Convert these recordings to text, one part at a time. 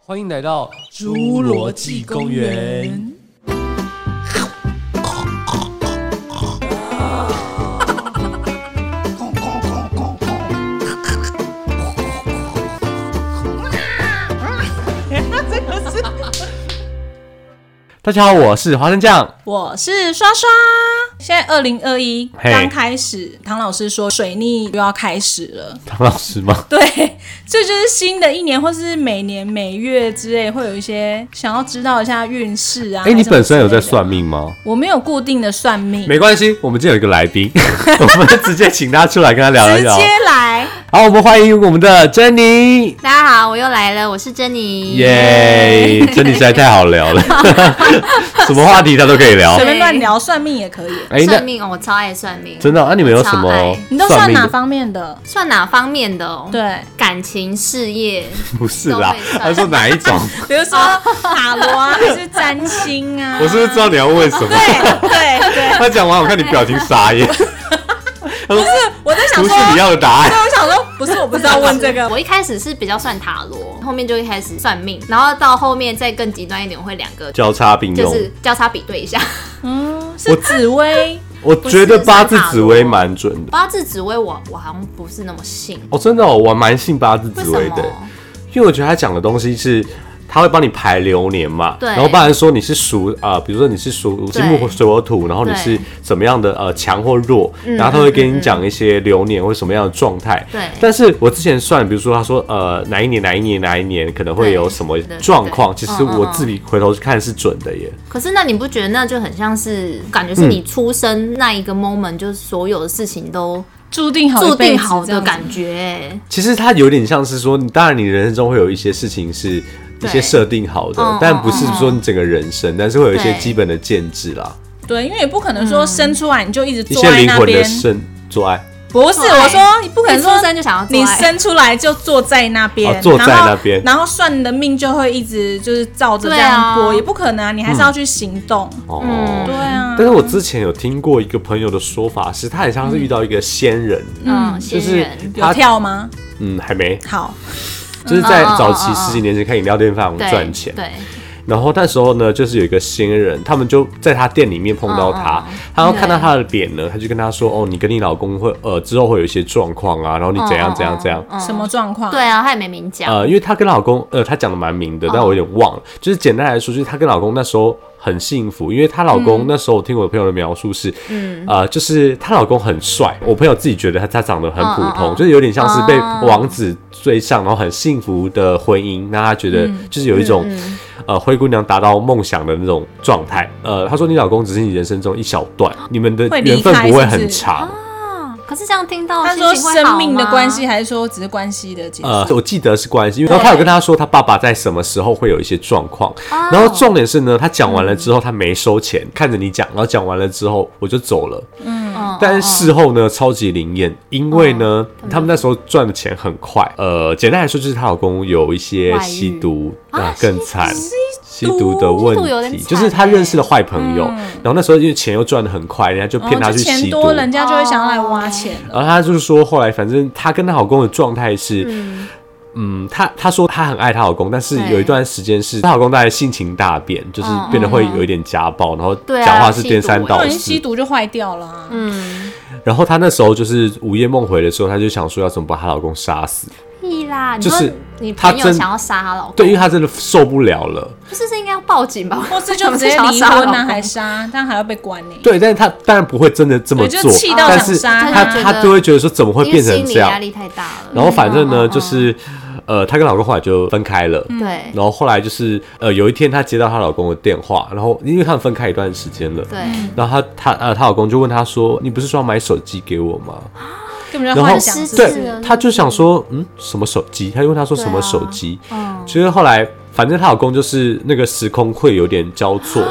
欢迎来到侏罗纪公园。大家好，我是花生酱。我是刷刷。现在二零二一嘿刚开始，唐老师说水逆又要开始了。唐老师吗？对， 这就是新的一年，或是每年每月之类，会有一些想要知道一下运势啊。哎、你还是什么本身有在之类的？算命吗？我没有固定的算命，没关系，我们今天有一个来宾， 我们直接请他出来跟他聊一直聊。接来。好，我们欢迎我们的珍妮。大家好，我又来了，我是珍妮。耶！珍妮实在太好聊 了，什么话题他都可以聊随。便乱聊，算命也可以。哎、算那命哦，我超爱算命。真的啊、那你们有什么超爱你都算算命哪的？方面的？算哪方面的哦？，对，感情、事业。不是啦都会，算他说哪一 种？比如说塔罗啊，还是占星啊？我是不是知道你要问什么？对 对对，他讲完，我看你表情傻眼，不是， 我在 想不是说，你要的答案对，。我想说，不是，我不知道问这 个。 我一开始是比较算塔罗，后面就一开始算命，然后到后面再更极端一点，我会两个交叉并就用，是交叉比对一下。 嗯，是紫薇，我觉得不是八字紫薇蛮准的。八字紫薇我我好像不是那么信，哦，真的、哦，我蛮信八字为紫什薇的，么？因为我觉得他讲的东西是。他会帮你排流年嘛，对然后包含说你是属啊、呃比如说你是属金木对水火土，然后你对嗯是怎么样的呃强或弱，然后他会跟你讲一些流年或什么样的状态。对但是我之前算，比如说他说呃哪一年哪一年哪一年可能会对有什么对对状况，对其实嗯嗯我嗯自己回头去看是准的耶。可是那你不觉得那就很像是感觉是你出生那一个 moment，就是所有的事情都注定好一注辈定子这好的样子感觉、欸？其实它有点像是说，你当然你人生中会有一些事情是一对些设定好的嗯，但不是说你整个人生，但是会有一些对基本的建制啦，对，因为也不可能说生出来你就一直一坐些在灵那魂边的，生做爱。不是我说，哎你不可能一出说生就想要做你爱生出来就坐在那边，哦坐在然后那边然后算你的命就会一直就是照着这对样啊播，也不可能啊，你还是要去行动。哦嗯对，啊但，是我之前有听过一个朋友的说法是，他很像是遇到一个仙人，嗯，就仙是人。有他跳吗？嗯还没，好，就是在嗯嗯嗯早期嗯嗯十几年前开饮料店房对赚钱，对，然后那时候呢，就是有一个新人，他们就在他店里面碰到嗯他，他要看到他的脸呢，他就跟他说：“哦，你跟你老公会呃之后会有一些状况啊，然后你怎样怎样怎样。嗯什么？状况？对啊，他也没明讲。呃，因为她跟老公，呃，她讲的蛮明的，但我有哦点忘了。就是简单来说，就是她跟老公那时候很幸福，因为她老嗯公那时候我听我的朋友的描述是，嗯，呃，就是她老公很帅，我朋友自己觉得他他长得很普通，嗯嗯嗯就是有点像是被哦王子追上，然后很幸福的婚姻，那她觉得嗯就是有一种、呃灰姑娘达到梦想的那种状态。呃，她说你老公只是你人生中一小段，你们的哦会离缘分开不会是不哦很是长。嗯可是这样听到他心说情会好吗生哦命的关系，，还是说只是关系的结束？呃，我记得是关系，因为然后他有跟他说他爸爸在什么时候会有一些状况，哦然后重点是呢，他讲完了之后他没收钱，看着你讲，然后讲完了之后我就走了，嗯但是事后呢超级灵验，因为呢哦他嗯们那时候赚的钱很快，呃，简单来说就是她老公有一些外遇吸毒啊啊更惨。吸毒毒的吸毒有问点题，惨欸嗯就是他认识了坏朋友，然后那时候因为钱又赚的很快，人家就然骗他后哦去就吸钱毒。哦多，人家就会想要来挖钱了。然后她就是说，后来反正她跟她老公的状态是，嗯，她她说她很爱她老公，但是对有一段时间是她老公大概性情大变，就是嗯变得会有一点家暴，然后对啊讲话是颠三哦不倒然吸四。毒就坏掉了、啊。嗯，然后她那时候就是午夜梦回的时候，她就想说要怎么把她老公杀死。屁啦，你就说是你他朋友真想要杀他老公，对，因为她真的受不了了。不是是应该要报警吧？或是就直接 他们离是想要杀婚老啊，公还杀，但还要被关呢、对，但是她当然不会真的这么对就做气，到但想是杀她她她就会觉得说怎么会因变为成心理这样压。力太大了。然后反正呢，就是呃，她跟老公后来就分开了。嗯对然后后来就是呃，有一天她接到她老公的电话，然后因为他们分开一段时间了，对，然后她她呃她老公就问她说：“你不是说要买手机给我吗根本就然后幻想是不啊是对是？”啊她就想说：“嗯，什么手机？”她就问她说：“什么手机？”嗯，其实后来反正她老公就是那个时空会有点交错，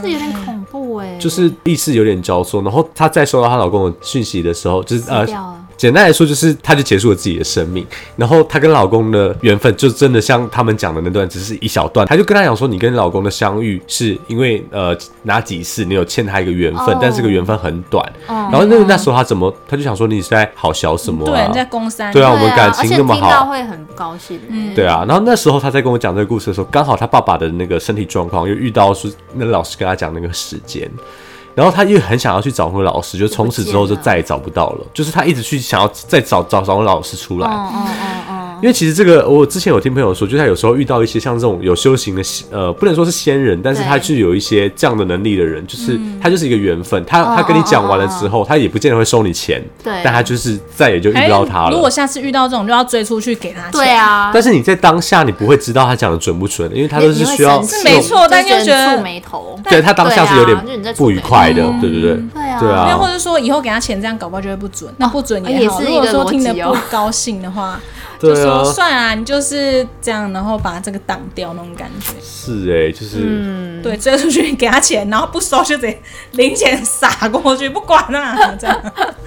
这有点恐怖哎，就是意识有点交错。然后她在收到她老公的讯息的时候，就是呃死掉了简单来说，就是她就结束了自己的生命，然后她跟老公的缘分就真的像他们讲的那段，只是一小段。她就跟他讲说，你跟老公的相遇是因为呃哪几世你有欠他一个缘分，哦但这个缘分很短。然后那个那时候她怎么，她就想说你是在好小什么、啊？对，你在公三，对啊对我们感啊，而情且那听么到好会很不高兴。嗯，对啊，然后那时候他在跟我讲这个故事的时候，刚好他爸爸的那个身体状况又遇到是那老师跟他讲那个时间，然后他又很想要去找那个老师，就从此之后就再也找不到了，嗯就是他一直去想要再找找找那老师出来。嗯嗯嗯嗯，因为其实这个，我之前有听朋友说，就是他有时候遇到一些像这种有修行的，呃，不能说是仙人，但是对他是有一些这样的能力的人，就是、他就是一个缘分。他他跟你讲完了之后，他也不见得会收你钱，对但他就是再也就遇还不到他了。哎如果下次遇到这种，就要追出去给他钱。对，啊，但是你在当下你不会知道他讲的准不准，因为他都是需要你你会生气是没错就但就觉得蹙眉头。对他当下是有对啊就你在点触不愉快的，对不对？对啊对那啊或者说以后给他钱，这样搞不好就会不准，那不准哦也好。是一如个果说听得逻辑哦不高兴 的话，就对啊说，算啦，你就是这样，然后把这个挡掉那种感觉。是哎，嗯就是对，追出去给他钱，然后不收就直接零钱撒过去，不管 啦、这样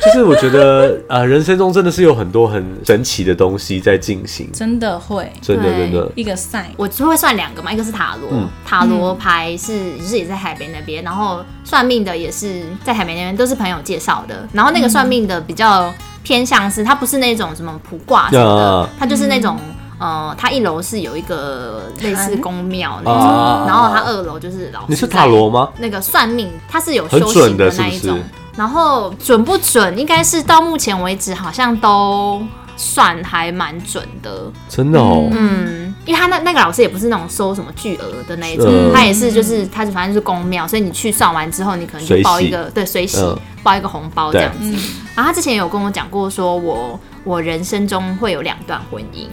就是我觉得呃，人生中真的是有很多很神奇的东西在进行，真的会真的对真的。一个赛。我就会算两个嘛，一个是塔罗，塔罗牌是就是也在海北那边，然后算命的也是在海北那边，都是朋友介绍的。然后那个算命的比较偏向是，他不是那种什么卜卦什么啊的，他就是那种。呃，他一楼是有一个类似宫庙那啊种，然后他二楼就是老师。你是塔罗吗？那个算命，他是有很修准行的那一是不种。是然后准不准，应该是到目前为止好像都算还蛮准的。真的哦，嗯，因为他那那个老师也不是那种收什么巨额的那一种，嗯他也是就是他反正就是公庙，所以你去算完之后，你可能就随包一喜个对随喜、嗯包一个红包这对样子。然后他之前有跟我讲过，说我我人生中会有两段婚姻。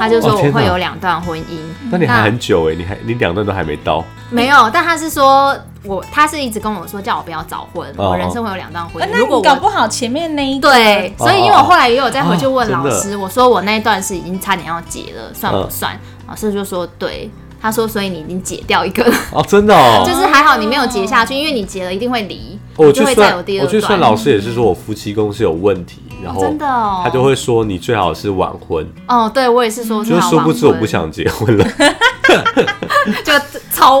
他就说哇我哦天哪会有两段婚姻，那你还很久哎，你还你两段都还没到，没有，但他是说我，他是一直跟我说叫我不要早婚，哦我人生会有两段婚呃姻。那如果你搞我不好前面那一个对，所以因为我后来也有再回去哦问真老的师，我说我那一段是已经差点要结了，算不算？嗯老师就说对。他说：“所以你已经解掉一个了，哦，真的哦 就。是还好你没有结下去，因为你结了一定会离，我就去会再算有第，二我去段。算老师也是说我夫妻宫是有问题，然后真的哦他就会说你最好是晚婚，哦，对我也是说，就是殊不知我不，想结婚了。 就 超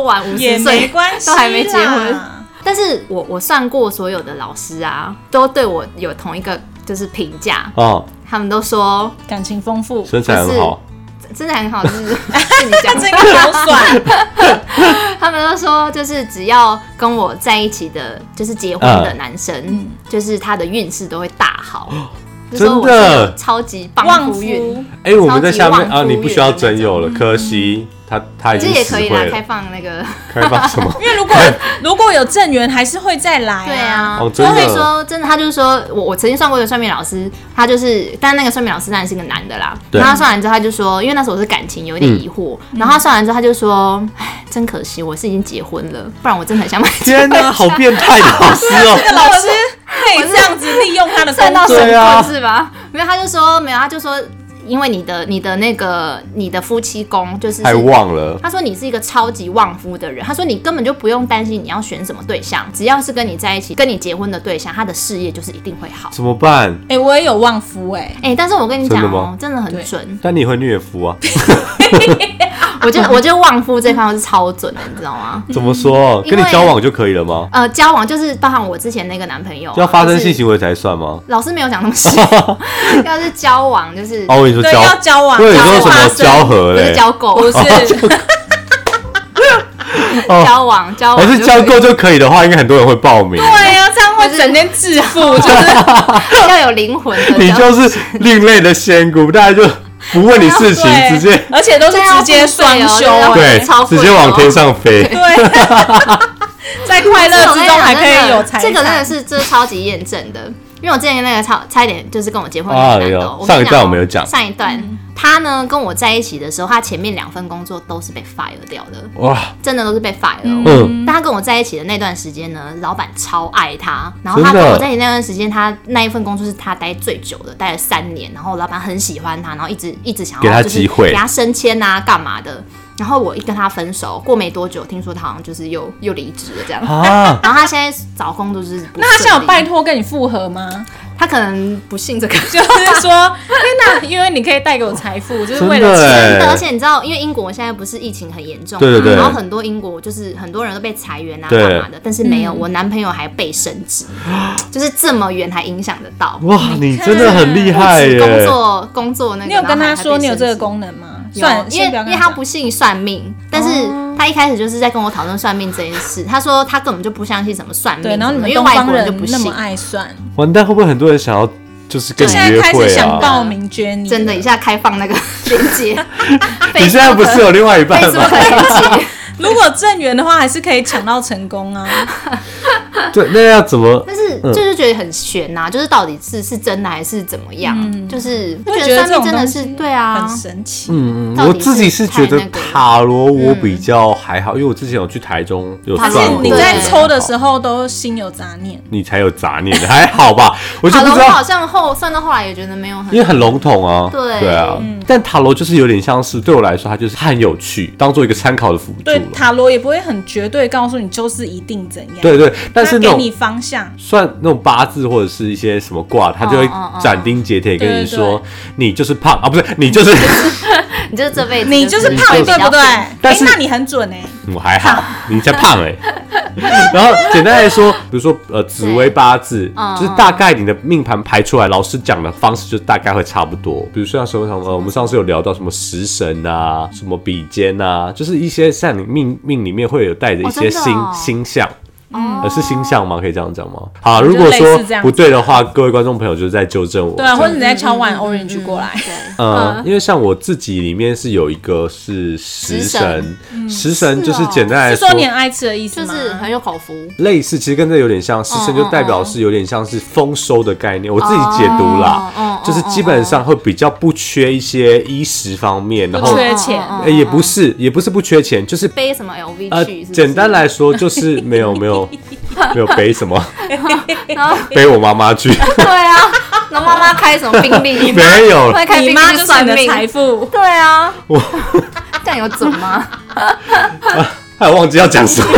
晚五也十没岁关系，都还没结婚。但是我我算过所有的老师啊，都对我有同一个就是评价，哦，他们都说感情丰富，身材很好，真的很好，就是 是你讲这个好 爽，他们都说，就是只要跟我在一起的，就是结婚的嗯男生，就是他的运势都会大 好。就真说我的是有超级棒旺夫夫运，哎、我们在下超级面旺夫啊，你不需要月的那嗯真友了，可惜他他已这经也死可会以啦，了，开放那个。开放什 么？哎 因为如果如果有正缘，还是会再来。对，啊，哦所真的以说真的，他就是说我我曾经算过一个算命老师，他就是，但那个算命老师当然是个男的啦。对嗯然后他算完之后，他就说，因为那时候我是感情有一点疑惑，然后他算完之后他就说，哎，真可惜，我是已经结婚了，不然我真的很想买。天哪、好变态的老师哦、这个老师可以这样子利用他的算工到作神对啊棍是吧？没有，他就说没有，他就说因为你的你的那个你的夫妻宫就是太旺了，他说你是一个超级旺夫的人，他说你根本就不用担心你要选什么对象，只要是跟你在一起、跟你结婚的对象，他的事业就是一定会好。怎么办？ 哎、我也有旺夫哎、哎、但是我跟你讲真的哦吗、真的很对准。但你会虐夫啊？我 觉得我觉得旺夫这方面是超准的，你知道 吗？怎么说？因为跟你交往就可以了吗？呃，交往就是包含我之前那个男朋友啊、要发生就是性行为才算吗？老师没有讲那 么细，要是交往就是哦，我跟你说对，交，要交我往，跟你说交什往么是交合不嘞是？交够，不是、 哦 交往交我往是就交可以啊够就可以的话，应该很多人会报名。对呀、这样会整天致富， 就是 要有灵魂的，你交就是另类的仙姑，大家就不问你事情，对，直接而且都是直接双休、对哎对超，贵直接的往哦天上飞。 对，在快乐之中还可以有财这个真的产。是这是超级验证的，因为我之前那个超差一点就是跟我结婚的哎男呦的哦，上一段跟你我们有讲上一段嗯他呢跟我在一起的时候，他前面两份工作都是被 fire 掉的，哇，真的都是被 fire 哦。嗯，但他跟我在一起的那段时间呢，老板超爱他。然后他真跟的我在一起那段时间，他那一份工作是他待最久的，待了三年。然后老板很喜欢他，然后一直一直想要给他就是机会给他升迁啊，干嘛的。然后我一跟他分手，过没多久，听说他好像就是又又离职了这样。啊，然后他现在找工作就是不那他现在有顺利拜托跟你复合吗？他可能不信这个。就是说，天哪，因为你可以带给我财富，就是为真的了欸真的，而且你知道，因为英国现在不是疫情很严重嘛，对对对然后很多英国就是很多人都被裁员啊，对干嘛的？但是没嗯有，我男朋友还被升职，就是这么远还影响得到。哇，你真的很厉害啊不止工耶！作工作那个，你有跟他说你有这个工，功能吗？有算，因为因为他不信算命，但是哦他一开始就是在跟我讨论算命这件事，他说他根本就不相信什么算命对，什么的，然后你们因为东外方国就人不那么信。爱算，完蛋，会不会很多人想要就是跟现你在约开始会想啊？报名捐你，真的，一下开放那个 链接， 你现在不是有另外一半吗？ Facebook 链接，啊如果正缘的话，还是可以抢到成功啊。对，那要怎么？但是就是觉得很悬呐、就是到底是是真的还是怎么样？就是嗯我觉觉得得这算种命真的东是西对啊，很神奇。嗯，到我底是自己是觉得太那个嗯塔罗我比较还好，因为我之前有去台中有塔算而罗过且。你在啊对抽的时候都心有杂念，你才有杂念，还好吧？我就塔不罗知我好道，像后算到后来也觉得没有很因为很笼统啊。对啊，嗯但塔罗就是有点像是对我来说，它就是它很有趣，当做一个参考的辅助对了。塔罗也不会很绝对告诉你就是一定怎样，对对，但它是那给种你方向。算那种八字或者是一些什么卦，他就会哦哦斩钉截铁跟你对对说，你就是胖啊，不是你就是，你就是这辈子你就是就胖，是对不对？但哎，是那你很准哎，我还好，你才胖哎、 然后简单来说，比如说呃紫微八字嗯，就是大概你的命盘排出来，老师讲的方式就大概会差不多。比如说像什么什么，呃我们上次有聊到什么食神啊，什么比肩啊，就是一些像你命命里面会有带着一些哦真的星、哦星象。哦呃，是星象吗？可以这样讲吗？好，就如果类似说这样不子对的话，各位观众朋友就是在纠正我。对啊，或者你在嗯敲完 orange 过来，对，呃，因为像我自己里面是有一个是食嗯食神神，食神就是是哦简单来是哎说说，你很爱吃的意思就吗？是很有口福。类似，其实跟这有点像，食神就代表是有点像是丰收的概念，我自己解读啦哦，就是基本上会比较不缺一些衣食方面，然后不缺钱哦呃也不是也不是不缺钱，就是背什么 LV 呃去，是不是简单，来说就是没有没 有没有背什么哦 然后背我妈妈去，对啊，然后妈妈开什么宾利，没有会开你宾妈就利去是算你的命，财富，对啊，这样有准 吗？ 还有忘记要讲什么。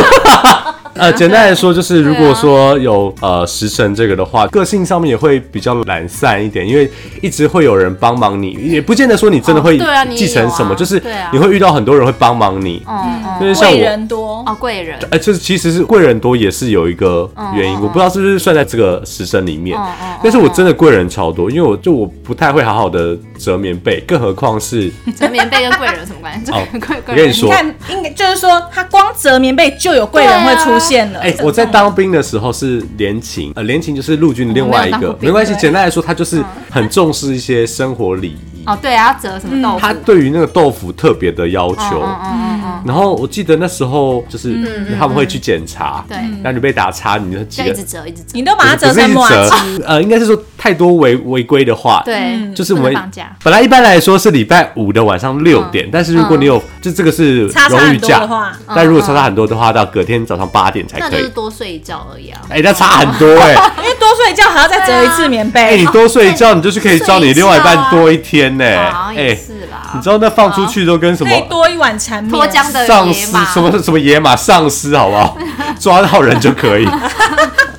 呃，简单来说，就是啊如果说有呃时辰这个的话，个性上面也会比较懒散一点，因为一直会有人帮忙你，也不见得说你真的会哦对啊你也继承什么，有啊就是对啊你会遇到很多人会帮忙你，嗯嗯，就是像贵我。人多，哦，贵人，哎、就是其实是贵人多也是有一个原因，嗯嗯我不知道是不是算在这个时辰里面，嗯嗯嗯但是我真的贵人超多，因为我就我不太会好好的折棉被，更何况是这棉被跟贵人有什么关系？哦这 贵我 贵跟你人说你，看，应该就是说，他光折棉被就有贵人会出现了。哎、我在当兵的时候是联勤，呃，联勤就是陆军的另外一我没有个当，过没关系。兵对简单来说，他就是很重视一些生活礼仪，哦，对啊，要折什么豆腐他？对于那个豆腐特别的要嗯求。嗯嗯嗯然后我记得那时候就是他们会去检查，对那你被打叉，你就嗯，就几一个直折，一直折，你都把它折不是成一直抹折茶，，呃，应该是说太多违违规的话，对，嗯就是我们不能放假本来一般来说是礼拜五的晚上六点，但是如果你有就这个是差差荣誉很多假的，话，但如果差差很多的话，到隔天早上八点才那哎可就以是。多睡一觉而已啊。哎、那差很多哎、因为多睡觉还要再折一次棉哎、你被，多睡一觉，你就是可以照你另外一半多一天呢、哦好像哎、也是你啦知，道那放出去都跟什可以么多一碗缠绵。脱缰的丧野尸马，什么什么野马丧尸，好不好？抓到人就可以。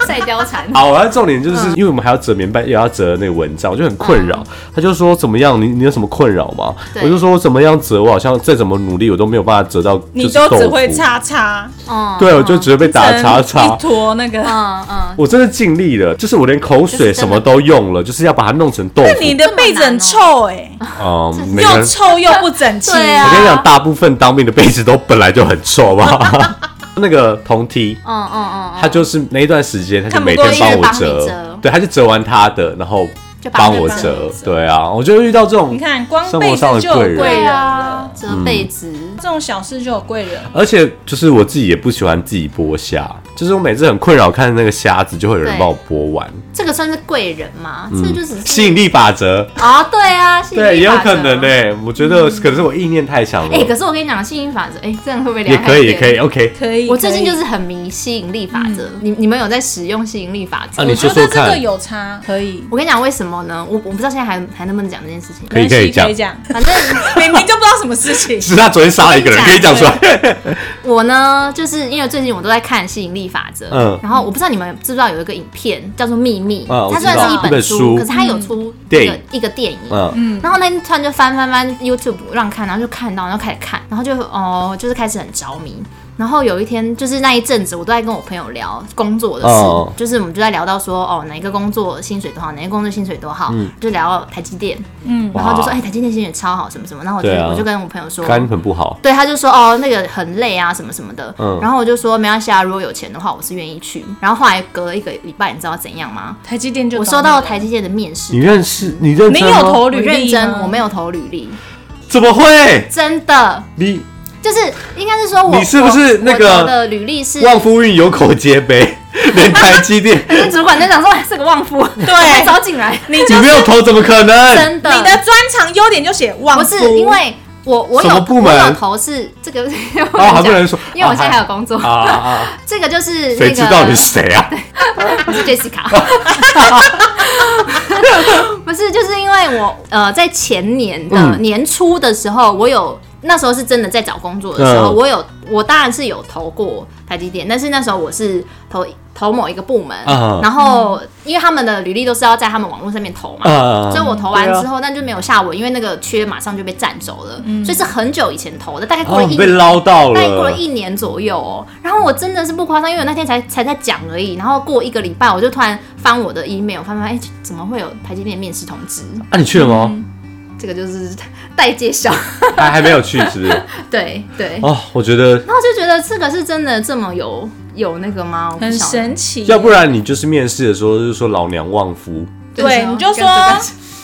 赛貂蝉，好，然后重点就是，因为我们还要折棉被，也要折那个蚊帐，我就很困扰。他就说怎么样，你你有什么困扰吗？对我就说怎么样折，我好像再怎么努力，我都没有办法折到就你是豆都腐。只会哦叉叉，嗯，对，我就只会被打叉叉 一。坨那个。嗯嗯，我真的尽力了，就是我连口水什么都用了，就是要把它弄成豆腐。那你的被子很臭哎，嗯，每个又人臭又不整齐。 对啊我跟你讲，大部分当兵的被子都本来就很臭，好不好？ 那个同梯，嗯嗯嗯，他就是那一段时间，他就看不每过天去帮我帮你折折，对，他就折完他的，然后就把帮你我的帮折你折。对啊，我就遇到这种你，看，光生活被子上的就有贵贵人人对了啊，，折被子，嗯这种小事就有贵人。而且就是我自己也不喜欢自己剥虾，就是我每次很困扰看那个虾子，就会有人对帮我剥完。这个算是贵人吗？这就只吸是引力法则，啊，对啊，吸引力嗯对，也有法则可能欸呢、。我觉得可能是我意念太强了嗯哎，，可是我跟你讲，吸引力法则，哎，这样会不会也聊可以，也可以。OK，可以，我最近可以就是很迷吸引力法则，你你们有在使用吸引力法则啊你吗？我觉说说得这个看有差，可以，我跟你讲为什么呢？我我不知道现在还还能不能讲这件事 情。可以没关系可以可以讲，反正 明明就不知道什么事情。是他昨天杀了一个人，可以讲出来。我呢，就是因为最近我都在看吸引力力法则。嗯然后我不知道你们知不知道有一个影片叫做《秘密》，嗯我它知虽然道是一一本书，书可是它有出电一个、影一个电影。嗯，嗯，然后那天突然就翻翻翻 YouTube 让看，然后就看到，然后开始看，然后就哦、就是开始很着迷。然后有一天，就是那一阵子，我都在跟我朋友聊工作的事哦就是我们就在聊到说，哦，哪一个工作薪水多好，哪一个工作薪水多好，就聊到台积电，嗯然后就说，嗯哇哎、台积电薪水超好，什么什么。然后我就、对啊我就跟我朋友说，肝很不好，对，他就说哦，那个很累啊，什么什么的。嗯然后我就说没关系啊，如果有钱的话，我是愿意去。然后后来隔了一个礼拜，你知道怎样吗？台积电就我收到台积电的面试你，认识你认你真有吗？投我履历认真，吗我没有投履历，怎么会？真的你就是应该是说我你是不是我那个我投的履历是？，旺夫运有口皆碑，连台积电跟主管就讲说哎是个旺夫，对招进来，你你就没有投怎么可能？真的，你的专长优点就写旺不夫，是因为我我什有么部门我有投是这个，我啊，还跟你不讲能说， 因为我现在还有啊工作，啊啊啊！这个就是那谁个知道你是谁啊？不是 Jessica，不是，就是因为我呃在前年的、嗯年初的时候，我有那时候是真的在找工作的时候，嗯我有我当然是有投过台积电，但是那时候我是投投某一个部门，嗯然后因为他们的履历都是要在他们网络上面投嘛，啊所以我投完之后，但就没有下文，因为那个缺马上就被占走了，所以是很久以前投的，大概过嗯哦，了你一被年捞到大概过了了，一年左右哦。然后我真的是不夸张，因为我那天才才在讲而已。然后过一个礼拜，我就突然翻我的 email，翻翻，哎，怎么会有台积电面试通知？啊，你去了吗？嗯这个就是 待 揭晓。还还没有去，是不 是？对对。哦，我觉得然后就觉得这个是真的这么有有那个吗？我不很晓得。神奇。要不然你就是面试的时候就是说老娘旺夫，对，你就说，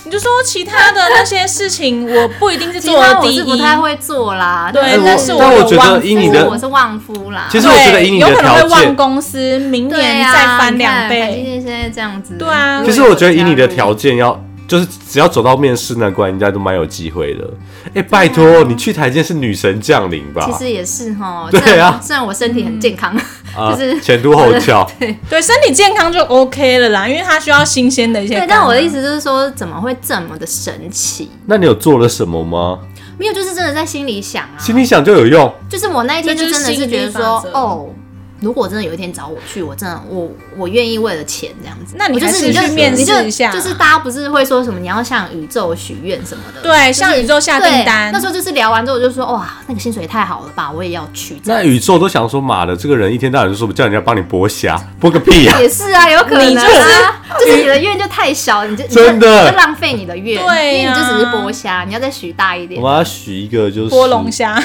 你就说其他的那些事情，我不一定是 其做他的我第一，是不太会做啦。对哎我但是我但有我觉忘得记以但你是我的，是旺夫啦。其实我对，觉得以你有的可能条会忘件，公司，明对年呀、再翻两你看台积倍。电现在这样子。对啊其实我觉得以你的件。条件要。就是只要走到面试那关，应该都蛮有机会的。哎、拜托，你去台见是女神降临吧？嗯其实也是哈，对啊虽然虽然我身体很健康，啊就是前凸后 翘，对，身体健康就 OK 了啦，因为它需要新鲜的一些。对，但我的意，思就是说，怎么会这么的神奇？那你有做了什么吗？没有，就是真的在心里想啊，心里想就有用，就是我那一天就真的是觉这得就是心理法说，则哦，如果真的有一天找我去，我真的我我愿意为了钱这样子。那你我就还是是你就去面你就试一下就是大家不是会说什么你要向宇宙许愿什么的，对就是向宇宙下订单对那时候就是聊完之后，我就说哇，那个薪水也太好了吧，我也要去。这样那宇宙都想说，妈的，这个人一天到晚就说不叫人家帮你剥虾，剥个屁 呀、 也是啊，有可能你就啊，就是、你的愿就太小，你就你就真的你就浪费你的愿，对因为呀你就只是剥虾，你要再许大一点我，们要许一个就是剥龙，虾，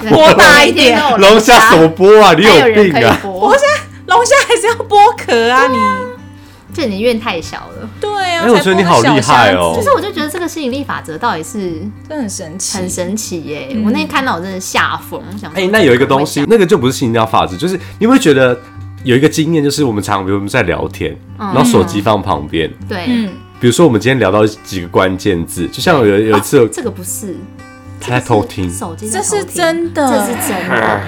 对剥大一点每天 都有龙虾什么剥啊？你还有有人病可以啊！剥，龙虾还是要剥壳啊，你。就你愿太小了。对啊，哎我才觉得剥你好小厉害虾哦可子是我就觉得这个吸引力法则到底是这很神奇，很神奇耶、我那天看到我真的吓疯，想哎、说那有一个东 西，那个就不是心灵法则，就是你会觉得有一个经验，就是我们常常比如我们在聊天，嗯然后手机放旁边，对，嗯，比如说我们今天聊到几个关键字，就像有 有一次啊这个不是他在偷听，手机在这偷听，是真的，这是真的，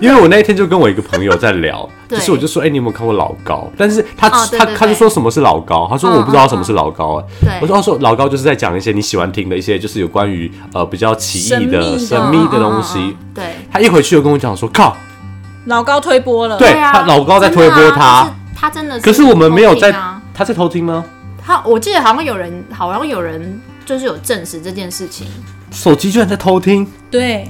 因为我那一天就跟我一个朋友在聊，对就是我就说，哎、你有没有看过老高？但是他、哦对他对他就对说什么是老高，他说嗯我不知道什么是老高、哎、对我说哦说老高就是在讲一些你喜欢听的一些，就是有关于呃比较奇异神秘的的神秘的东嗯西。对。他一回去就跟我讲说，靠，老高推波了，对啊他老高在推波他，真的啊就是他真的是偷听啊。啊可是我们没有在，他在偷听吗？他，我记得好像有人，好像有人就是有证实这件事情，手机居然在偷听，对，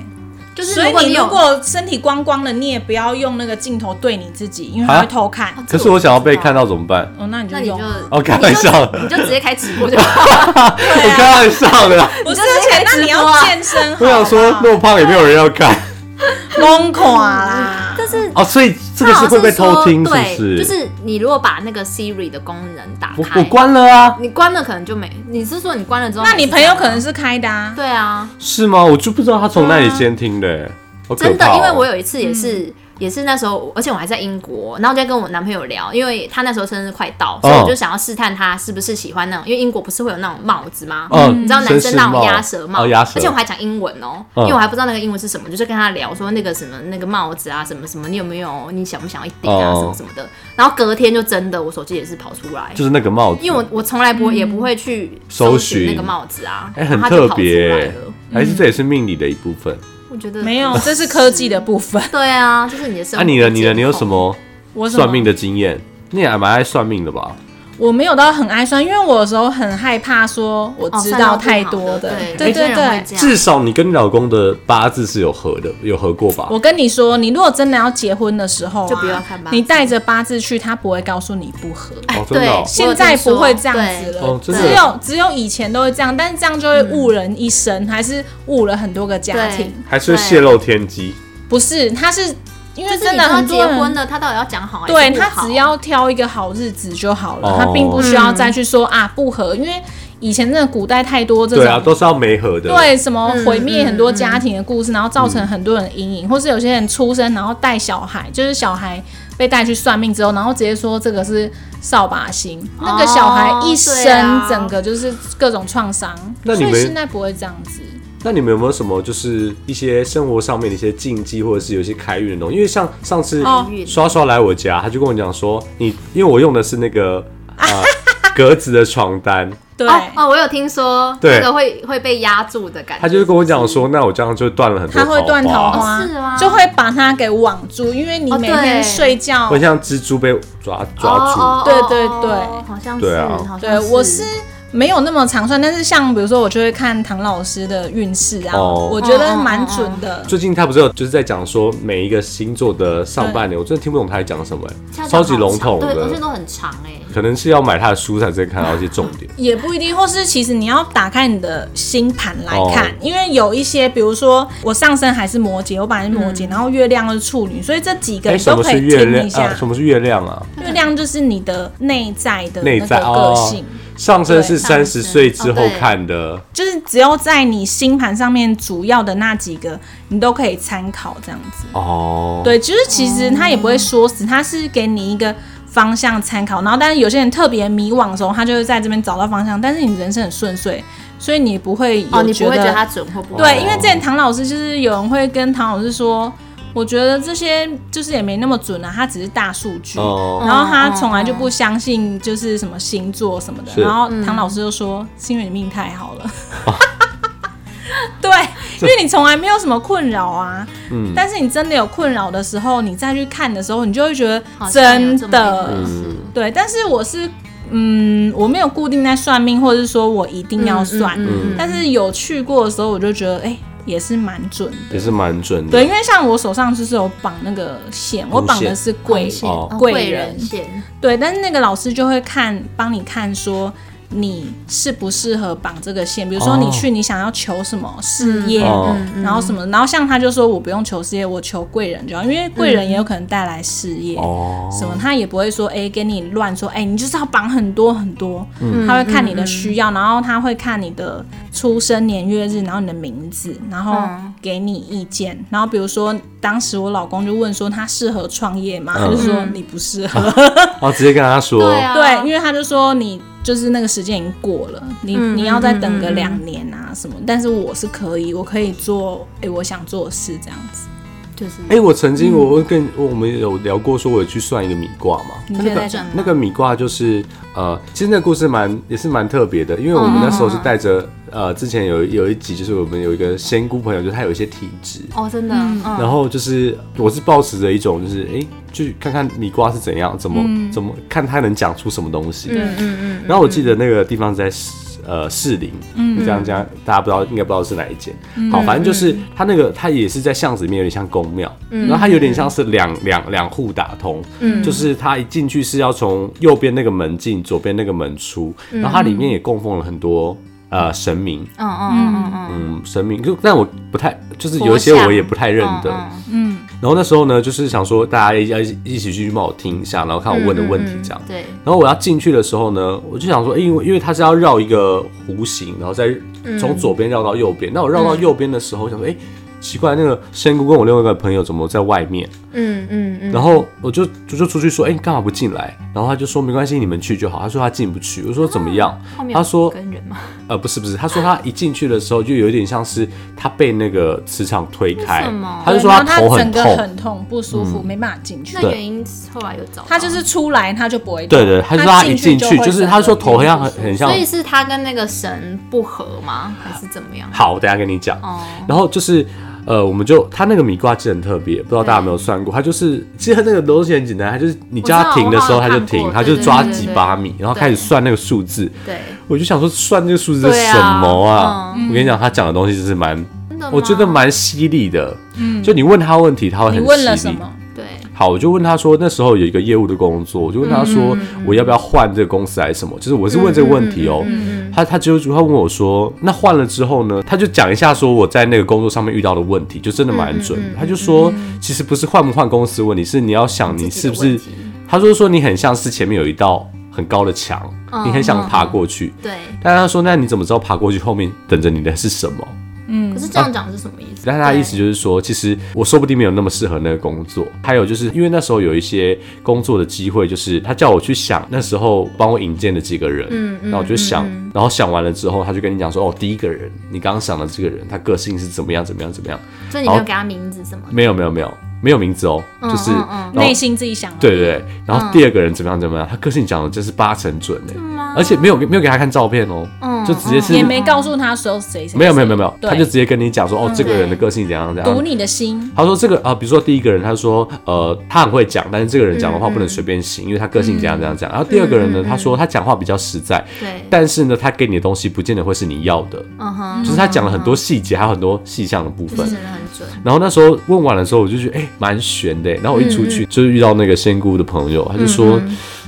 就是所如果以你有如果身体光光的，你也不要用那个镜头对你自己，因为它啊会偷看。哦这可是我想要被看到，到怎么 办？哦，那你就那你就用。哦，开你玩就笑的，你就直接开直播就好。啊我开玩笑 的啦。不是，你就而直接且那你直播要啊健身好不我好，想说，那么胖也没有人要 看崩垮啦。 但是哦，所以这个是会被偷听，是他好像不是说是？对，就是你如果把那个 Siri 的功能打我开，我关了啊，你关了可能就没，你是说你关了之后还那是这样吗，你朋友可能是开的啊，对啊，是吗？我就不知道他从那里先听的、哎好可真的怕哦，因为我有一次也是。也是那时候，而且我还在英国，然后就在跟我男朋友聊，因为他那时候生日快到，所以哦我就想要试探他是不是喜欢那种，因为英国不是会有那种帽子吗？嗯你知道男生那种鸭舌帽，哦鸭舌而且我还讲英文哦、嗯因为我还不知道那个英文是什么，就是跟他聊说那个什么那个帽子啊，什么什么，你有没有，你想不想要一顶啊，哦什么什么的。然后隔天就真的，我手机也是跑出来，就是那个帽子，因为我我从来不会也不会去搜寻那个帽子啊，哎、然很后它就特跑出别、来了。还是这也是命理的一部分。我觉得没有，这是科技的部分。对啊，就是你的那、生活。你呢？你呢？你有什？么我什 么算命的经验？你也蛮爱算命的吧？我没有到很爱算，因为我有时候很害怕说我知道太多哦算到不好的对对对有些人会对这。样至少你跟你老公的八字是有合的，有合过吧？我跟你说，你如果真的要结婚的时候、啊，就不要看八字你带着八字去，他不会告诉你不合。哦，真的哦、对哎现在不会这样子了，我有听说对哦真的只有只有以前都会这样，但是这样就会误人一生，还是误了很多个家庭。嗯还是会泄露天机。不是，他是因为就是真你的跟他很多结人婚了，他到底要讲好还是对不他好只要挑一个好日子就好了，哦他并不需要再去说、啊不合，因为以前真的古代太多这对啊，种。都是要没合的。，对，什么毁灭很多家庭的故事，然后造成很多人嗯阴影，或是有些人出生然后带小孩，就是小孩被带去算命之后，然后直接说这个是扫把星，哦那个小孩一对生啊整个就是各种创伤，那所你们以现在不会这样子。那你们有没有什么就是一些生活上面的一些禁忌，或者是有一些开运的东西？因为像上次哦刷刷来我家，他就跟我讲说，你因为我用的是那个 啊、呃格子的床单，对，哦哦，我有听说对那个会会被压住的感觉，他就跟我讲说，那我这样就断了很多他会断桃花，花，哦是吗就会把它给网住，因为你哦每对天睡觉会像蜘蛛被抓抓住。哦哦哦对对哦对好像对哦是，啊好像对，我是没有那么常算，但是像比如说，我就会看唐老师的运势啊，哦我觉得蛮准的。最近他不是有就是在讲说每一个星座的上半年，我真的听不懂他在讲什么、恰欸，恰超级好笼长统对，而且的，都很长哎，可能是要买他的书才能看到一些重 点。也不一定，或是其实你要打开你的星盘来看，哦因为有一些，比如说我上升还是摩羯，我本来是摩羯，然后月亮又是处女，所以这几个哎、你嗯什都么可是以月听亮一下。啊？什么是月亮啊？月亮就是你的内在的那内个在个哦性，，上升是对上三升十岁之后哦对看的，就是只有在你星盘上面主要的那几个，你都可以参考这样子。哦，对，就是其实他也不会说死，他是给你一个方向参考。然后，但是有些人特别迷惘的时候，他就会在这边找到方向。但是你人生很顺遂，所以你不会有哦，你不会觉得得它准或不对，哦因为之前唐老师就是有人会跟唐老师说，我觉得这些就是也没那么准啊，他只是大数据。哦，然后他从来就不相信就是什么星座什么的，是嗯然后唐老师就说是因为你命太好了， 对，因为你从来没有什么困扰啊，嗯但是你真的有困扰的时候，你再去看的时候，你就会觉得好像有真这么的一回事嗯，对。但是我是嗯，我没有固定在算命，或者是说我一定要算，嗯但是有去过的时候，我就觉得哎、也是蛮准的也。是蛮准的。对，因为像我手上就是有绑那个线，我绑的是贵线哦哦贵贵人人线，对，但是那个老师就会看，帮你看说你适不适合绑这个线。比如说你哦去，你想要求什么事业，哦然后什么，然后像他就说我不用求事业，我求贵人就好，因为贵人也有可能带来事业。哦，什么，他也不会说，哎、给你乱说，哎、你就是要绑很多很多，嗯他会看你的需要，然后他会看你的出生年月日，然后你的名字，然后嗯给你意见，然后比如说，当时我老公就问说他适合创业吗？嗯他就说你不适合，哦，直接跟他说，对啊，对，因为他就说你就是那个时间已经过了，你、嗯你要再等个两年啊什么，但是我是可以，我可以做哎、我想做的事这样子。就是哎、我曾经我跟我们有聊过，说我有去算一个米卦嘛，你现在讲那个米卦就是呃，其实那个故事蛮也是蛮特别的，因为我们那时候是带着呃，之前有有一集就是我们有一个仙姑朋友，就是她有一些体质，哦，真的，嗯然后就是我是抱持着一种就是诶，去看看米卦是怎样，怎么、怎么看他能讲出什么东西。嗯嗯然后我记得那个地方是在士呃士林，嗯，这样讲大家不知道应该不知道是哪一间。嗯好，反正就是它那个它也是在巷子里面，有点像公庙，嗯然后它有点像是两两两户打通，嗯，就是它一进去是要从右边那个门进，左边那个门出，然后它里面也供奉了很多呃神明，嗯嗯嗯嗯嗯，嗯，神明就但我不太就是有一些佛像我也不太认得，嗯嗯，然后那时候呢，就是想说大家要一一起去帮我听一下，然后看我问的问题嗯这样。对，然后我要进去的时候呢，我就想说，因为因为它是要绕一个弧形，然后再从左边绕到右边。那我绕到右边的时候，我想说，哎、奇怪，那个仙姑跟我另外一个朋友怎么在外面？嗯嗯嗯，然后我就就就出去说，哎、你干嘛不进来？然后他就说没关系，你们去就好。他说他进不去，我说怎么样？后面他说跟人嘛，呃，不是不是，他说他一进去的时候就有点像是他被那个磁场推开为什么，他就说对然后头整很个痛，嗯很痛，不舒服，没办法进去那。原因后来有找到，他就是出来他就不会动，对对，他说他一进去会就是整他个说头很像晕很出去很像所以是他跟那个神不合吗？还是怎么样？好，我等一下跟你讲。哦，然后就是呃，我们就它那个米卦字很特别，不知道大家有没有算过？它就是其实它那个东西很简单，它就是你叫它停的时候哦我知道它就停我，好它就像看过抓对对几对把米，然后开始对算那个数字。对，我就想说，算这个数字是对啊什么啊？嗯我跟你讲，他讲的东西就是蛮，真的吗我觉得蛮犀利的。嗯就你问他问题，他会你很问了犀什利。么？对，好，我就问他说，那时候有一个业务的工作，我就问他嗯说，我要不要换这个公司还是什么？就是我是问这个问题哦。嗯嗯他他就他问我说，那换了之后呢？他就讲一下说我在那个工作上面遇到的问题，就真的嗯蛮准的。他就说，其实不是换不换公司的问题，是你要想你是不自己是的问题？嗯他说说你很像是前面有一道很高的墙，嗯你很想嗯爬嗯过去。嗯对。但他说：“那你怎么知道爬过去后面等着你的是什么嗯可，是这样讲是什么意思？？”但他的意思就是说，其实我说不定没有那么适合那个工作。还有就是因为那时候有一些工作的机会，就是他叫我去想那时候帮我引荐的几个人，嗯嗯那我就想，然后想完了之后，他就跟你讲说：“哦，第一个人，你刚刚想的这个人，他个性是怎么样，怎么样，怎么样？对，所以你没有给他名字什么的。没有，没有，没有，没有名字哦，嗯就是嗯嗯然后内心自己想的。啊对对对，然后第二个人怎么样怎么样，他个性讲的真是八成准哎，吗而且没有没有给他看照片哦，嗯就直接是也没告诉他说谁谁谁。没有没有没有没有，对他就直接跟你讲说，哦，这个对人的个性怎样怎读样。你的心。他说这个啊、比如说第一个人，他说呃，他很会讲，但是这个人讲的话嗯嗯不能随便信，因为他个性怎样怎样讲。然后第二个人呢，嗯嗯嗯他说他讲话比较实在，对，但是呢，他给你的东西不见得会是你要的，嗯哼，嗯就是他讲了很多细节，还有很多细项的部就是分。真的很准。然后那时候问完的时候，我就觉得哎，蛮、悬的。然后我一出去、就是遇到那个仙姑的朋友，他就说。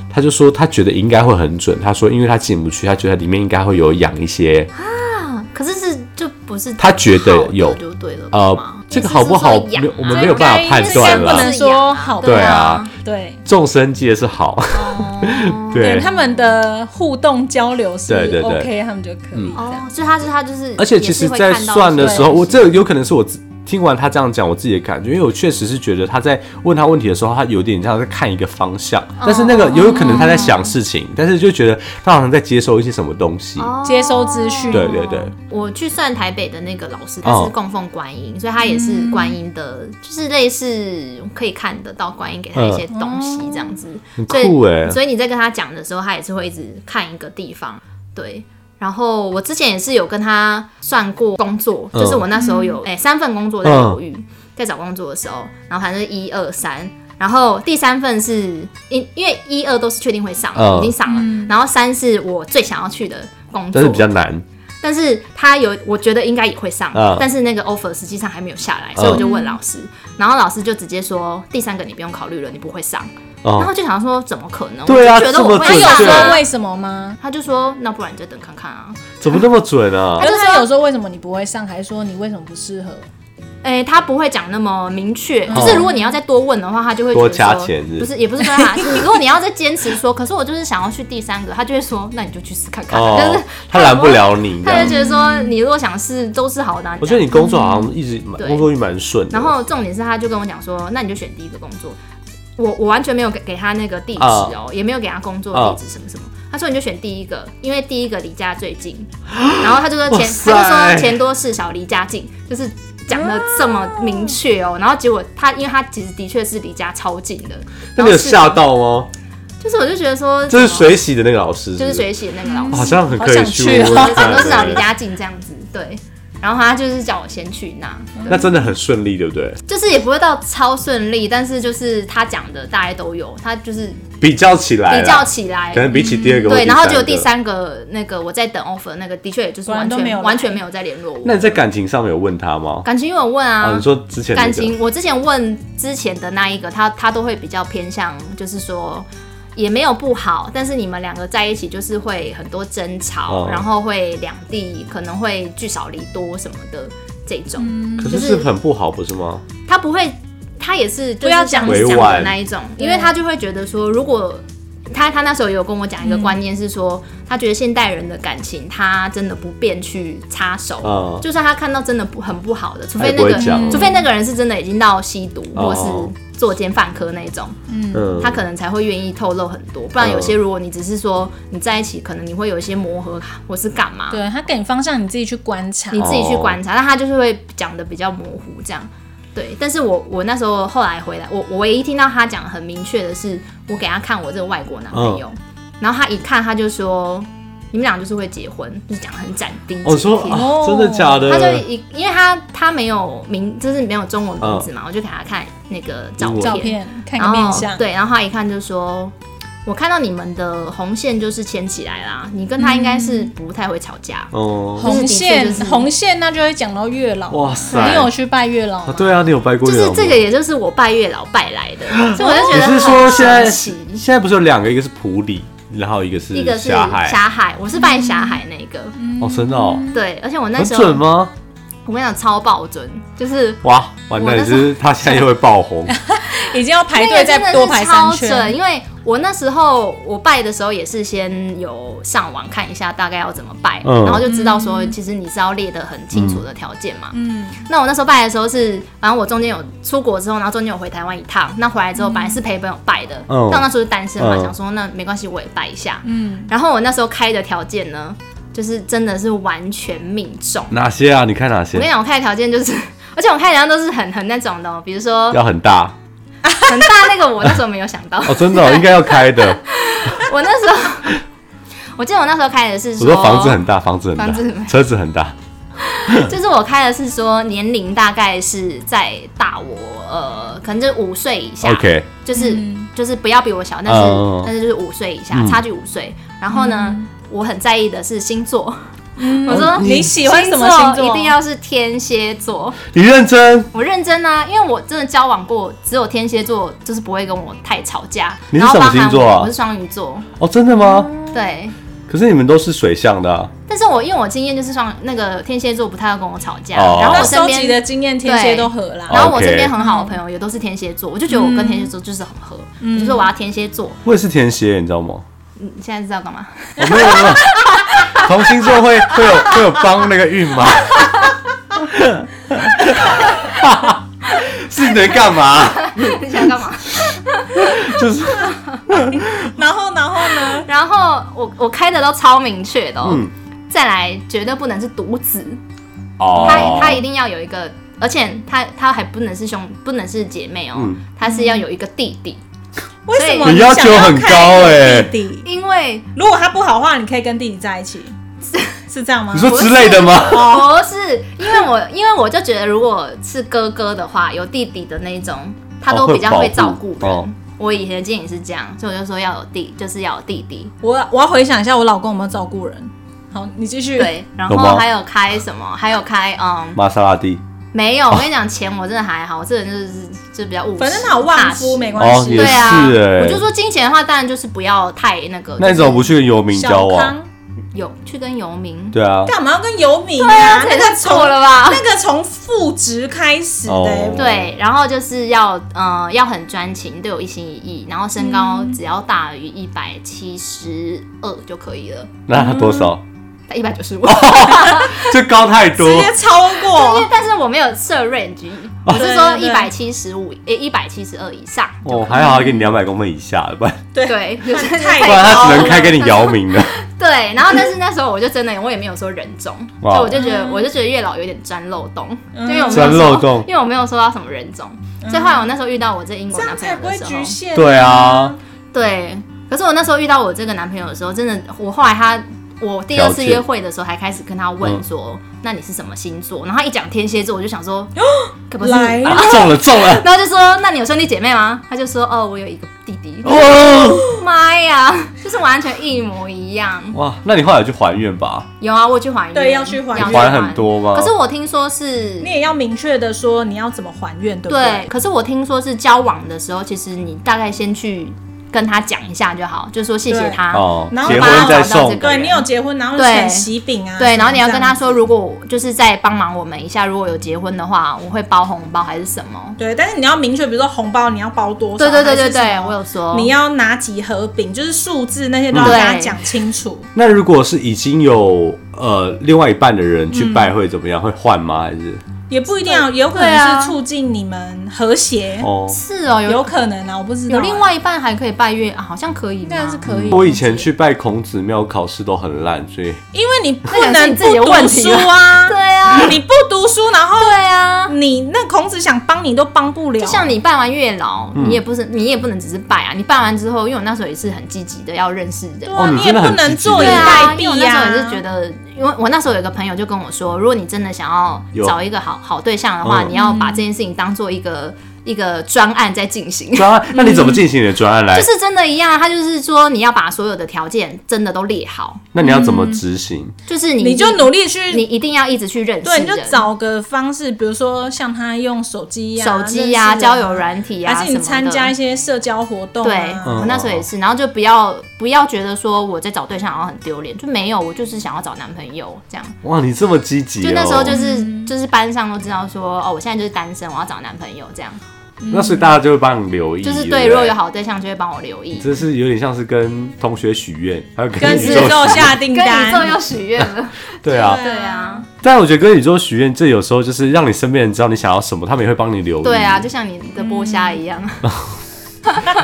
他就说他觉得应该会很准，他说因为他进不去，他觉得里面应该会有养一些啊，可是是就不是他觉得好的有就对了嘛呃，这个好不好，也是说养没有我们啊没有办法判断这应该不啦。能说好吧对啊，对众生皆是好，哦 对。他们的互动交流是对对对嗯 OK，他们就可以这哦样。，所以他是他就是，而且其实，在算的时候，我这有可能是我自听完他这样讲我自己的感觉，因为我确实是觉得他在问他问题的时候，他有点像在看一个方向，但是那个有可能他在想事情，但是就觉得他好像在接收一些什么东哦西。接收资讯对对对。哦我去算台北的那个老师，他是供奉观音，所以他也嗯是观音的，就是类似可以看得到观音给他一嗯些东西哦这样子。很所以酷哎、所以你在跟他讲的时候，他也是会一直看一个地方，对。然后我之前也是有跟他算过工作，嗯就是我那时候有哎、三份工作在犹豫，在找工作的时候，然后反正是一二三，然后第三份是因因为一二都是确定会上，嗯已经上了，然后三是我最想要去的工作，但是比较难。但是他有，我觉得应该也会上，嗯但是那个 offer 实际上还没有下来，所以我就问老师，然后老师就直接说第三个你不用考虑了，你不会上，哦然后就想说怎么可能？对啊我就觉得我这他会么有准确说上啊，为什么吗？他就说那不然你再等看看啊，怎么那么准啊 他？就就是说他有说为什么你不会上，还是说你为什么不适合？哎、他不会讲那么明确，就是如果你要再多问的话，他就会觉得哦多加说钱是不是也不是多加钱，如 果你要再坚持说，可是我就是想要去第三个，他就会说那你 就去试看看，但哦是，他拦不了你这他样就。觉得说你如果想试都是好的啊、我觉得你工作好像一直蛮对工作运蛮顺的。然后重点是，他就跟我讲说，那你就选第一个工作。我我完全没有给给他那个地址啊哦，也没有给他工作地址什么什么。他说你就选第一个，因为第一个离家最 近。然后他就说哇钱，塞他就说钱多事少，离家近，就是讲的这么明确哦。然后结果他，因为他其实的确是离家超近的。那你有然后是吓？到吗？就是我就觉得说，这是水洗的那个老师，就是不水洗的那个老师好像很好可以想去哦我就是 钱多事少，离家近这样子。对。然后他就是叫我先去那。对那真的很顺利，对不对？就是也不会到超顺利，但是就是他讲的大家都有，他就是比较起来啦，比较起来嗯可，能比起第二个或对，第然后个结果第。三个那个我在等 offer 那个的确也就是果然完哦都没有来全完全没有在联络我那，你在感情上面有问他吗？感情有问啊，啊你。说之前那个感情，我之前问之前的那一个，他他都会比较偏向，就是说也没有不好，但是你们两个在一起就是会很多争吵，哦然后会两地可能会聚少离多什么的这种。可是就是是很不好，不是吗？他不会，他也是就不是要讲讲委讲婉的那一种，对因为他就会觉得说，如果他他那时候也有跟我讲一个观念是说，他觉得现代人的感情他真的不便去插手，嗯就算他看到真的不很不好的，除非他也不那会个讲除非那个人是真的已经到吸毒哦或是作奸犯科那一种，嗯，他可能才会愿意透露很多，不然嗯有些如果你只是说你在一起，可能你会有一些磨合或是干嘛，对他给你方向，你自己去观察你。自己哦去观察，但他就是会讲的比较模糊这样。对，但是我我那时候后来回来，我我唯一听到他讲得嗯很明确的是，我给他看我这个外国男朋友，然后他一看他就说。你们俩就是会结婚，就是讲得很斩钉我截说铁。啊，真的假的？他就一，因为他他没有名，就是没有中文名字嘛，我就给他看那个照嗯英文片，照片看然个后面相，对，然后他一看就说，我看到你们的红线就是牵起来啦，你跟他应该嗯是不太会吵架。哦，就是红的确线就是红线，那就会讲到月老。哇塞你有去拜月老啊吗？对啊，你有拜过就月老是吗这个，也就是我拜月老拜来的， 所以我就觉你得是很说现在神奇。现在不是有两个，一个是普里，然后一个是一个是霞海，霞海，我是拜霞海那个，嗯哦，真的哦，对，而且嗯我那很时准候吗？我跟你讲超爆准，就是哇，完我蛋，那就时候是他现在又会爆 红，已经要排那队个真再的多是排三超圈准，。因为我那时候我拜的时候也是先有上网看一下大概要怎么拜，嗯然后就知道说其实你是要列的很清楚的条件嘛。嗯，那我那时候拜的时候是，反正我中间有出国之后，然后中间有回台湾一趟，那回来之后本来是陪朋友拜的，嗯但我那时候是单身嘛，嗯想说那没关系我也拜一下。嗯，然后我那时候开的条件呢，就是真的是完全命中。哪些啊？你看哪我跟你些？讲，我开的条件就是， 而且我开的条件都是很很那种的、哦，比如说要很大很大那个，我那时候没有想 到。哦，真 的哦应该要开的。我那时候，我记得我那时候开的是我说，说房子很大，房子很大哦房子很大，车子很大，就是我开的是说年龄大概是在大我呃，可能就是五岁以下 OK，就是、嗯就是不要比我小，但是、嗯嗯嗯但是就是五岁以下，嗯差距五岁。然后呢，我很在意的是星座，嗯我说你喜欢什么星星座？一定要是天蝎座。你认真？我认真啊，因为我真的交往过，只有天蝎座就是不会跟我太吵架。你是然后什么包含星座啊我我是双鱼座，哦，真的吗？对。可是你们都是水象的啊，但是我因为我经验就是双那个天蝎座不太要跟我吵架，哦然后那我身收集边的经验，天蝎都合啦哦。然后我 OK 身边很好的朋友也都是天蝎座，我就觉得我跟天蝎座就是很合，嗯我就说我要天蝎座。我也是天蝎，你知道吗？你现在知道 干嘛？我没有没有没有，同星座 会会有会有帮那个运吗？ 是你在干嘛？你想干嘛？ 就是然后，然后呢？然后我我开的都超明确的、哦，嗯再来绝对不能是独子，哦他他一定要有一个，而且他他还不能是兄，不能是姐妹哦嗯，他是要有一个弟弟，为什么你要想求很看高欸弟弟，因为如果他不好的话，你可以跟弟弟在一 起，是这样吗你？说之类的吗？不哦是，因 为我因为我就觉得，如果是哥哥的话，有弟弟的那一种，他哦都会比较保会护照顾人。哦我以前的建议是这样，所以我就说要有弟，就是要有 弟弟。我我要回想一下，我老公有没有照顾人？好，你继续。，对，然后有吗还有开什么，还有开嗯，玛莎拉蒂没哦有。我跟你讲，钱我真的还好，我这个人就是就比较务实，反正他有旺夫，踏实没关哦，系也。对啊是哎、我就说金钱的话，当然就是不要太那个。那你怎么不去跟游民交小往？康有去跟游民？对啊，干嘛要跟游民对啊，啊？这那也个太从错了吧？那个从副职开始的欸哦，对，然后就是要呃要很专情，对我一心一意，然后身高嗯只要大于一百七十二就可以了，那他多少？一百九十五。这高太直多啊接超因为过。 但是我没有设 range，我哦是对说对一对百七十五，呃一百七十二以上。哦，还好还给你两百公分以下，不然对， 就是太不然他只能开给你姚明 的。对，然后但是那时候我就真的我也没有说人种，所哇以我就觉嗯得我就觉得月老有点钻漏洞，因为我没有钻说漏洞因为我没有说到什么人种，所以后来我那时候遇到我这英国这样男朋才友不的会时候局，限。对啊，对，可是我那时候遇到我这个男朋友的时候，真的，我后来他，我第二次约会的时候还开始跟他问嗯说，那你是什么星座？然后他一讲天蝎座，我就 想说，哦可不是啊来你吧。了啊中了中 了！然后就说，那你有兄弟姐妹吗？他就说，哦，我有一个弟弟。哦，妈呀，就是完全一模一样。哇，那你后来有去还愿吧？有啊，我去还愿，对要去还愿还很。多吗？可是我听说是你。也要明确的说你要怎么还愿，对不对，？可是我听说是交往的时候，其实你大概先去跟他讲一下就好，就说谢谢对他，哦然，后结把婚它再找到送这，个对你有结婚，然后对选喜饼啊，对，然后你要什么跟这样他说，如果我就是再帮忙我们一下，如果有结婚的话，我会包红包还是什么？对，但是你要明确，比如说红包你要包多少，对对对还对是对什，么我有说，你要拿几盒饼，就是数字那些都要嗯跟他对讲清楚。那嗯如果是已经有呃另外一半的人去拜会怎么样？会换吗？还是也不一定啊，也有可对啊能是促进你们和谐，哦，是哦，有有可能啊，我不知道、有另外一半还可以拜月啊，好像可以吗，应该是可以。嗯我以前去拜孔子庙考试都很烂，所以因为你不那个是能你不自己的问读题书了啊，对啊，你不读书，然后对啊。你那孔子想帮你都帮不了，就像你拜完月老，你也不是你也不能只是拜啊，你拜完之后，因为我那时候也是很积极的要认识人，对啊哦你你也真的不很积能极坐以对啊，待因为我毙那时呀。候也是觉得，因为我那时候有个朋友就跟我说，如果你真的想要有找一个好好对象的话，嗯你要把这件事情当做一个一个专案在进行。专案，那你怎么进行你的专案来就？是真的一样啊，他就是说你要把所有的条件真的都列好，那你要怎嗯么执行？就是你你就努力去你一定要一直去认识对，人，你就找个方式，比如说像他用手机呀、手机呀、认识人啊交友软啊体呀、还是你参加一些。些社交活动、啊。对，嗯我那时候也是，然后就不要不要觉得说我在找对象好像很丢脸，就没有，我就是想要找男朋友这样。哇，你这么积极、哦，就那时候就是、就是班上都知道说哦，我现在就是单身，我要找男朋友这样。那所以大家就会帮你留意，就是对不对，对，如果有好对象就会帮我留意。这是有点像是跟同学许愿，还有跟跟宇宇宙宙下订跟宇宙单，又许 愿了， 对啊。对啊，但我觉得跟宇宙许愿，这有时候就是让你身边人知道你想要什么，他们也会帮你留意。对啊，，就像你的剥虾一样。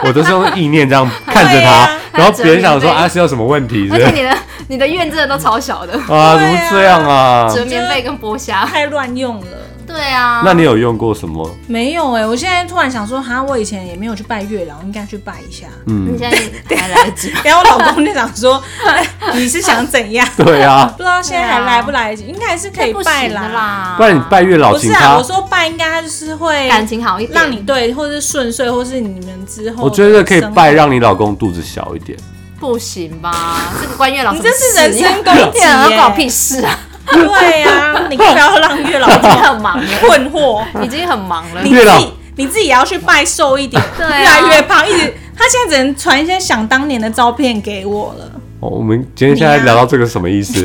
我都是用意念这样看着他，对啊然后别人想说对啊是有什么问题是 不而且是你的你的愿真的都超小的，啊，怎么这样啊？折棉被跟剥虾。太乱用了。对啊，那你有用过什么？没有哎、我现在突然想说，哈，我以前也没有去拜月老，应该去拜一下。嗯你现在还来得 及吗？然后我老公就想说，哎你是想怎样？对啊 不，知道现在还来不来得及，应该还是可以拜不行的啦。啦，不然你拜月老不请是啊，他我，说拜应该就是会感情好一点，让你对，或是顺遂，或是你们之后。我觉得可以拜，。让你老公肚子小一点。不行吧？ 这个关月老你什么这事，是人身攻击、天啊，耶关我屁事啊！对 呀、你不要让月老已这经么很忙了，困惑。 已经很忙了。你 自月老己你自己也要去拜寿一点， 对啊越来越胖，一直他现在只能传一些想当年的照片给我了。哦，我们今天现在聊到这个什么意思？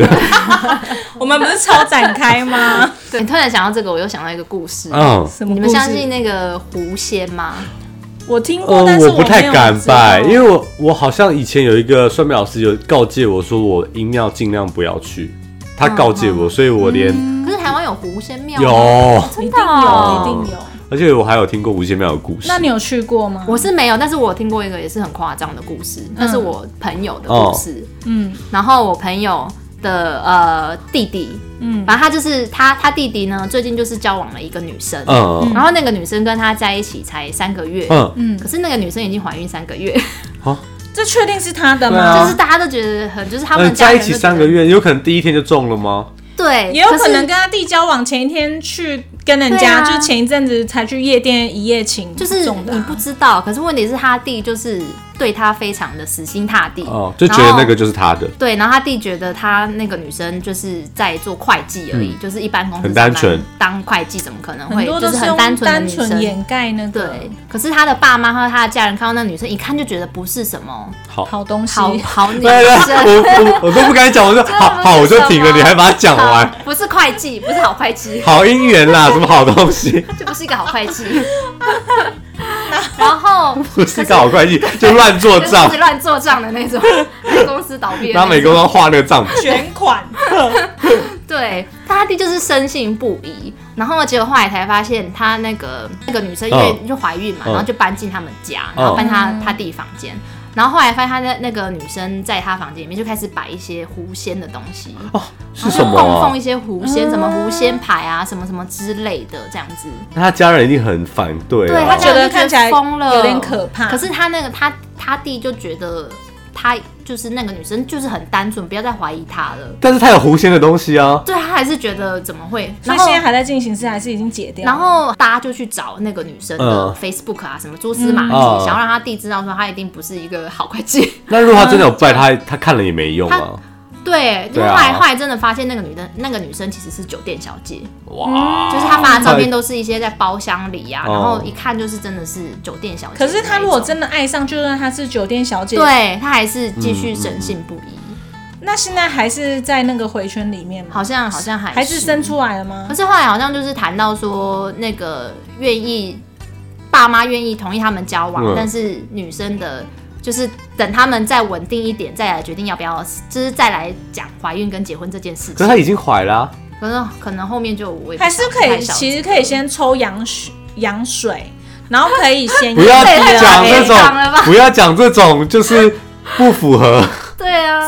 我们不是超展开 吗？对，你突然想到这个，我又想到一个故事。嗯，什么你故事？们相信那个狐仙吗？我听过，呃但，是我不没太有敢知道拜，因为我我好像以前有一个算命老师有告诫我说，我一定要尽量不要去。他告诫我，所以我连可是台湾有狐仙庙，嗯有，，一真的定哦有，一定有。而且我还有听过无间庙的故事那。你有去过吗？我是没有，但是我听过一个也是很夸张的故事，那是我朋友的哦故事。嗯然后我朋友的呃弟弟，嗯反正他就是他他弟弟呢，最近就是交往了一个女生，嗯然后那个女生跟他在一起才三个月，嗯，嗯可，是那个女生已经怀孕三个月，这确定是他的对啊吗？ 就是大家都觉得很，就是他那们你在一家人起都觉得三个，月，有可能第一天就中了吗？对，也有可是能跟他弟交往前一天去跟人对家，啊就是前一阵子才去夜店一夜情就这是种的你啊，不知道，可是问题是他弟就是对他非常的死心塌地，哦，就觉得那个就是他的，对，然后他弟觉得他那个女生就是在做会计而已，就是一般公嗯司很单纯上班当会计怎么可能很会多欸就都是用很单单纯的女纯生。掩盖那个对，可是他的爸妈和他的家人看到那女生，一看就觉得不是什么好。好东西。好好女对生，对，我我我都不敢讲，我说好好，我就停了，你还把它讲完， 好不是会计，不是好会计，好姻缘啦，什么好东西，就不是一个好会计。 然后 不是个好会计，就乱做就是账，乱做账的那种， 公司倒闭的那种。然后每个人都画那个账本， 全款，对，他弟就是深信不疑，然后呢，结果后来才发现，他那个那个女生因为嗯就怀孕嘛，嗯然后就搬进他们家，嗯然后搬他他弟房间，然后后来发现他的那个女生在他房间里面就开始摆一些狐仙的东西，哦是就什么供奉啊？一些狐仙，嗯什么狐仙牌啊，什么什么之类的这样子。那他家人一定很反对对他啊家。人就觉得看起来疯了，有点可怕可是他那个他他弟就觉得他就是那个女生就是很单纯，不要再怀疑他了。但是他有狐仙的东西啊，对他还是觉得怎么会？所 然以后现在还在进行式，还是已经解掉了？然后大家就去找那个女生的嗯 Facebook 啊，什么蛛丝马迹，嗯想要让她弟知道说她一定不是一个好会计。那如果他真的有拜他，他看了也没用啊。 对，就对是啊后来后来真的发现那个女的，那个女生其实是酒店小姐，哇，嗯就是她发的照片都是一些在包厢里啊，哦然后一看就是真的是酒店小姐。可是他如果真，的爱上，就算他是酒店小姐，，对她还是继嗯续深信不疑，那现在还是在那个回圈里面吗？好像好像还还是生出来了吗可？是后来好像就是谈到说，那个愿意爸妈愿意同意他们交往，嗯但是女生的，就是等他们再稳定一点，再来决定要不要，就是再来讲怀孕跟结婚这件事可是情。他已经怀了啊、可能可能后面就我也不还是可不以，太晓得其实可以先抽羊水，羊水，然后可以 先不要对太讲悲这种伤了吧，不要讲这种，就是不符合对啊，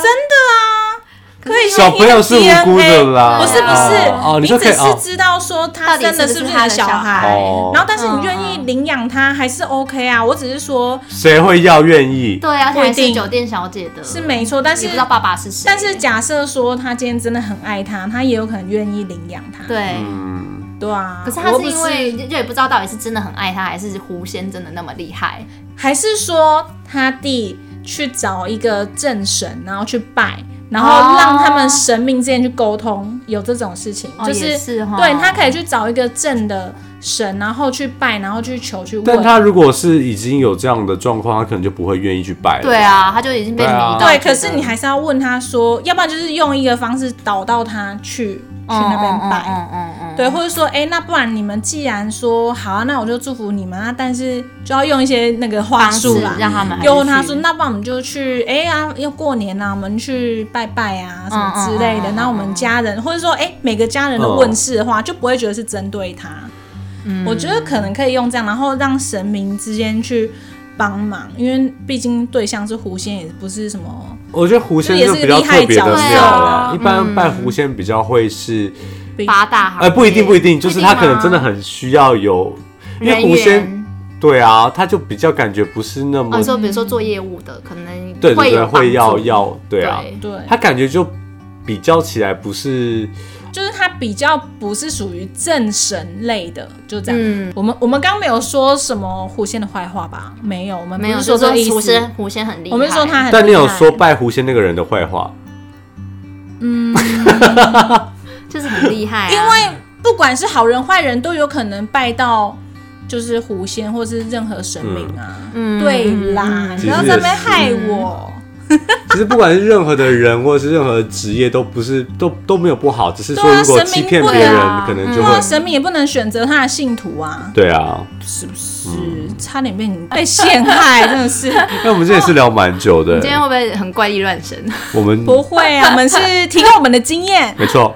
可以小朋友是无辜的啦。不是不是，哦，哦你你说可以只是哦知道说他到底生的是是不不是是他你的的小小孩孩，哦，然后但是你愿意嗯嗯领养他还是 OK 啊，我只是说谁会要愿意？对啊，而且不一还是定酒店小姐的，是没错，但也是不知道爸爸是谁，但是假设说他今天真的很爱他，他也有可能愿意领养他，对。嗯，对啊，可是他我是不因为就也不知道到底是真的很爱他，还是狐仙真的那么厉害？还是说他弟去找一个正神，然后去拜，然哦后让他们神明之间去沟通，有这种事情，哦就是也是哈对他可以去找一个正的神，然后去拜，然后去求去但问。他如果是已经有这样的状况，他可能就不会愿意去拜了。对，啊，他就已经被迷对啊到。对，可是你还是要问他说，要不然就是用一个方式导到他去去那边拜，嗯嗯嗯，对，或者说，哎、那不然你们既然说好、啊，那我就祝福你们啊，但是就要用一些那个话方式术啦，让他们还是又问他去说，那不然我们就去，哎、啊，要过年啊，我们去拜拜啊，什么之类的。嗯嗯嗯那、我们家人，或者说，哎、每个家人的问世的话，就不会觉得是针对他。嗯我觉得可能可以用这样，然后让神明之间去帮忙，因为毕竟对象是狐仙，也不是什么。我觉得狐仙就比较特别的这也是厉害庙角色啦。对啊一般拜狐仙比较会是，八大行业呃，不一定不一定，就是他可能真的吗很需要有，因为人狐仙员对啊，他就比较感觉不是那么哦，说比如说做业务的，可能对对会对，有帮会助要要对啊，对，他感觉就比较起来不是就是他比较不是属于正神类的，就这样。嗯我们我们刚没有说什么狐仙的坏话吧？没有，我们没有不是说就这是个意狐思仙，。狐仙很厉害，我们是说他很，但你有说，拜狐仙那个人的坏话， 就是很厉害啊，因为不管是好人坏人都有可能拜到就是狐仙或是任何神明啊。嗯对啦，其不实要也在那边是嗯害我。其实不管是任何的人或者是任何职业，都不是都都没有不好，只是说对啊如果神明欺骗不别人对啊，可能嗯就对会啊，神明也不能选择他的信徒啊，对啊。是不是？嗯差点被你被陷害，真的 是那我们今天也是聊蛮久的你 今，天会不会很怪力乱神？我们不会啊，我们是提供我们的经验。没错，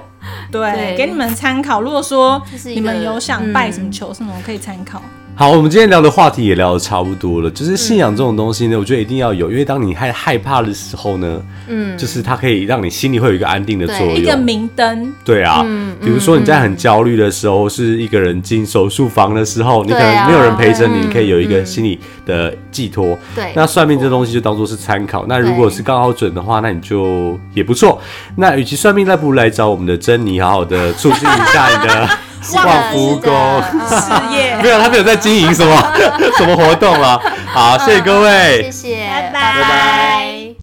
对对，给你们参考。如果说是一你个嗯们有想拜什么球什么，可以参考。好，我们今天聊的话题也聊得差不多了。就是信仰这种东西呢，我觉得一定要有，因为当你害害怕的时候呢，嗯， 就是它可以让你心里会有一个安定的对作用，一个明灯，对啊，嗯比如说你在很焦虑的时候，是一个人进手术房的时候，你可对啊能没有人陪着你，嗯你可以有一个心理的寄托。对那算命这东西就当做是参考。那如果是刚好准的话，那你就也不错。那与其算命，那不如来找我们的珍妮，好好的促进一下你 的旺福宫。事事业没有，他没有 在经营什么什么活动了。好，谢谢各位。谢谢，拜拜拜拜。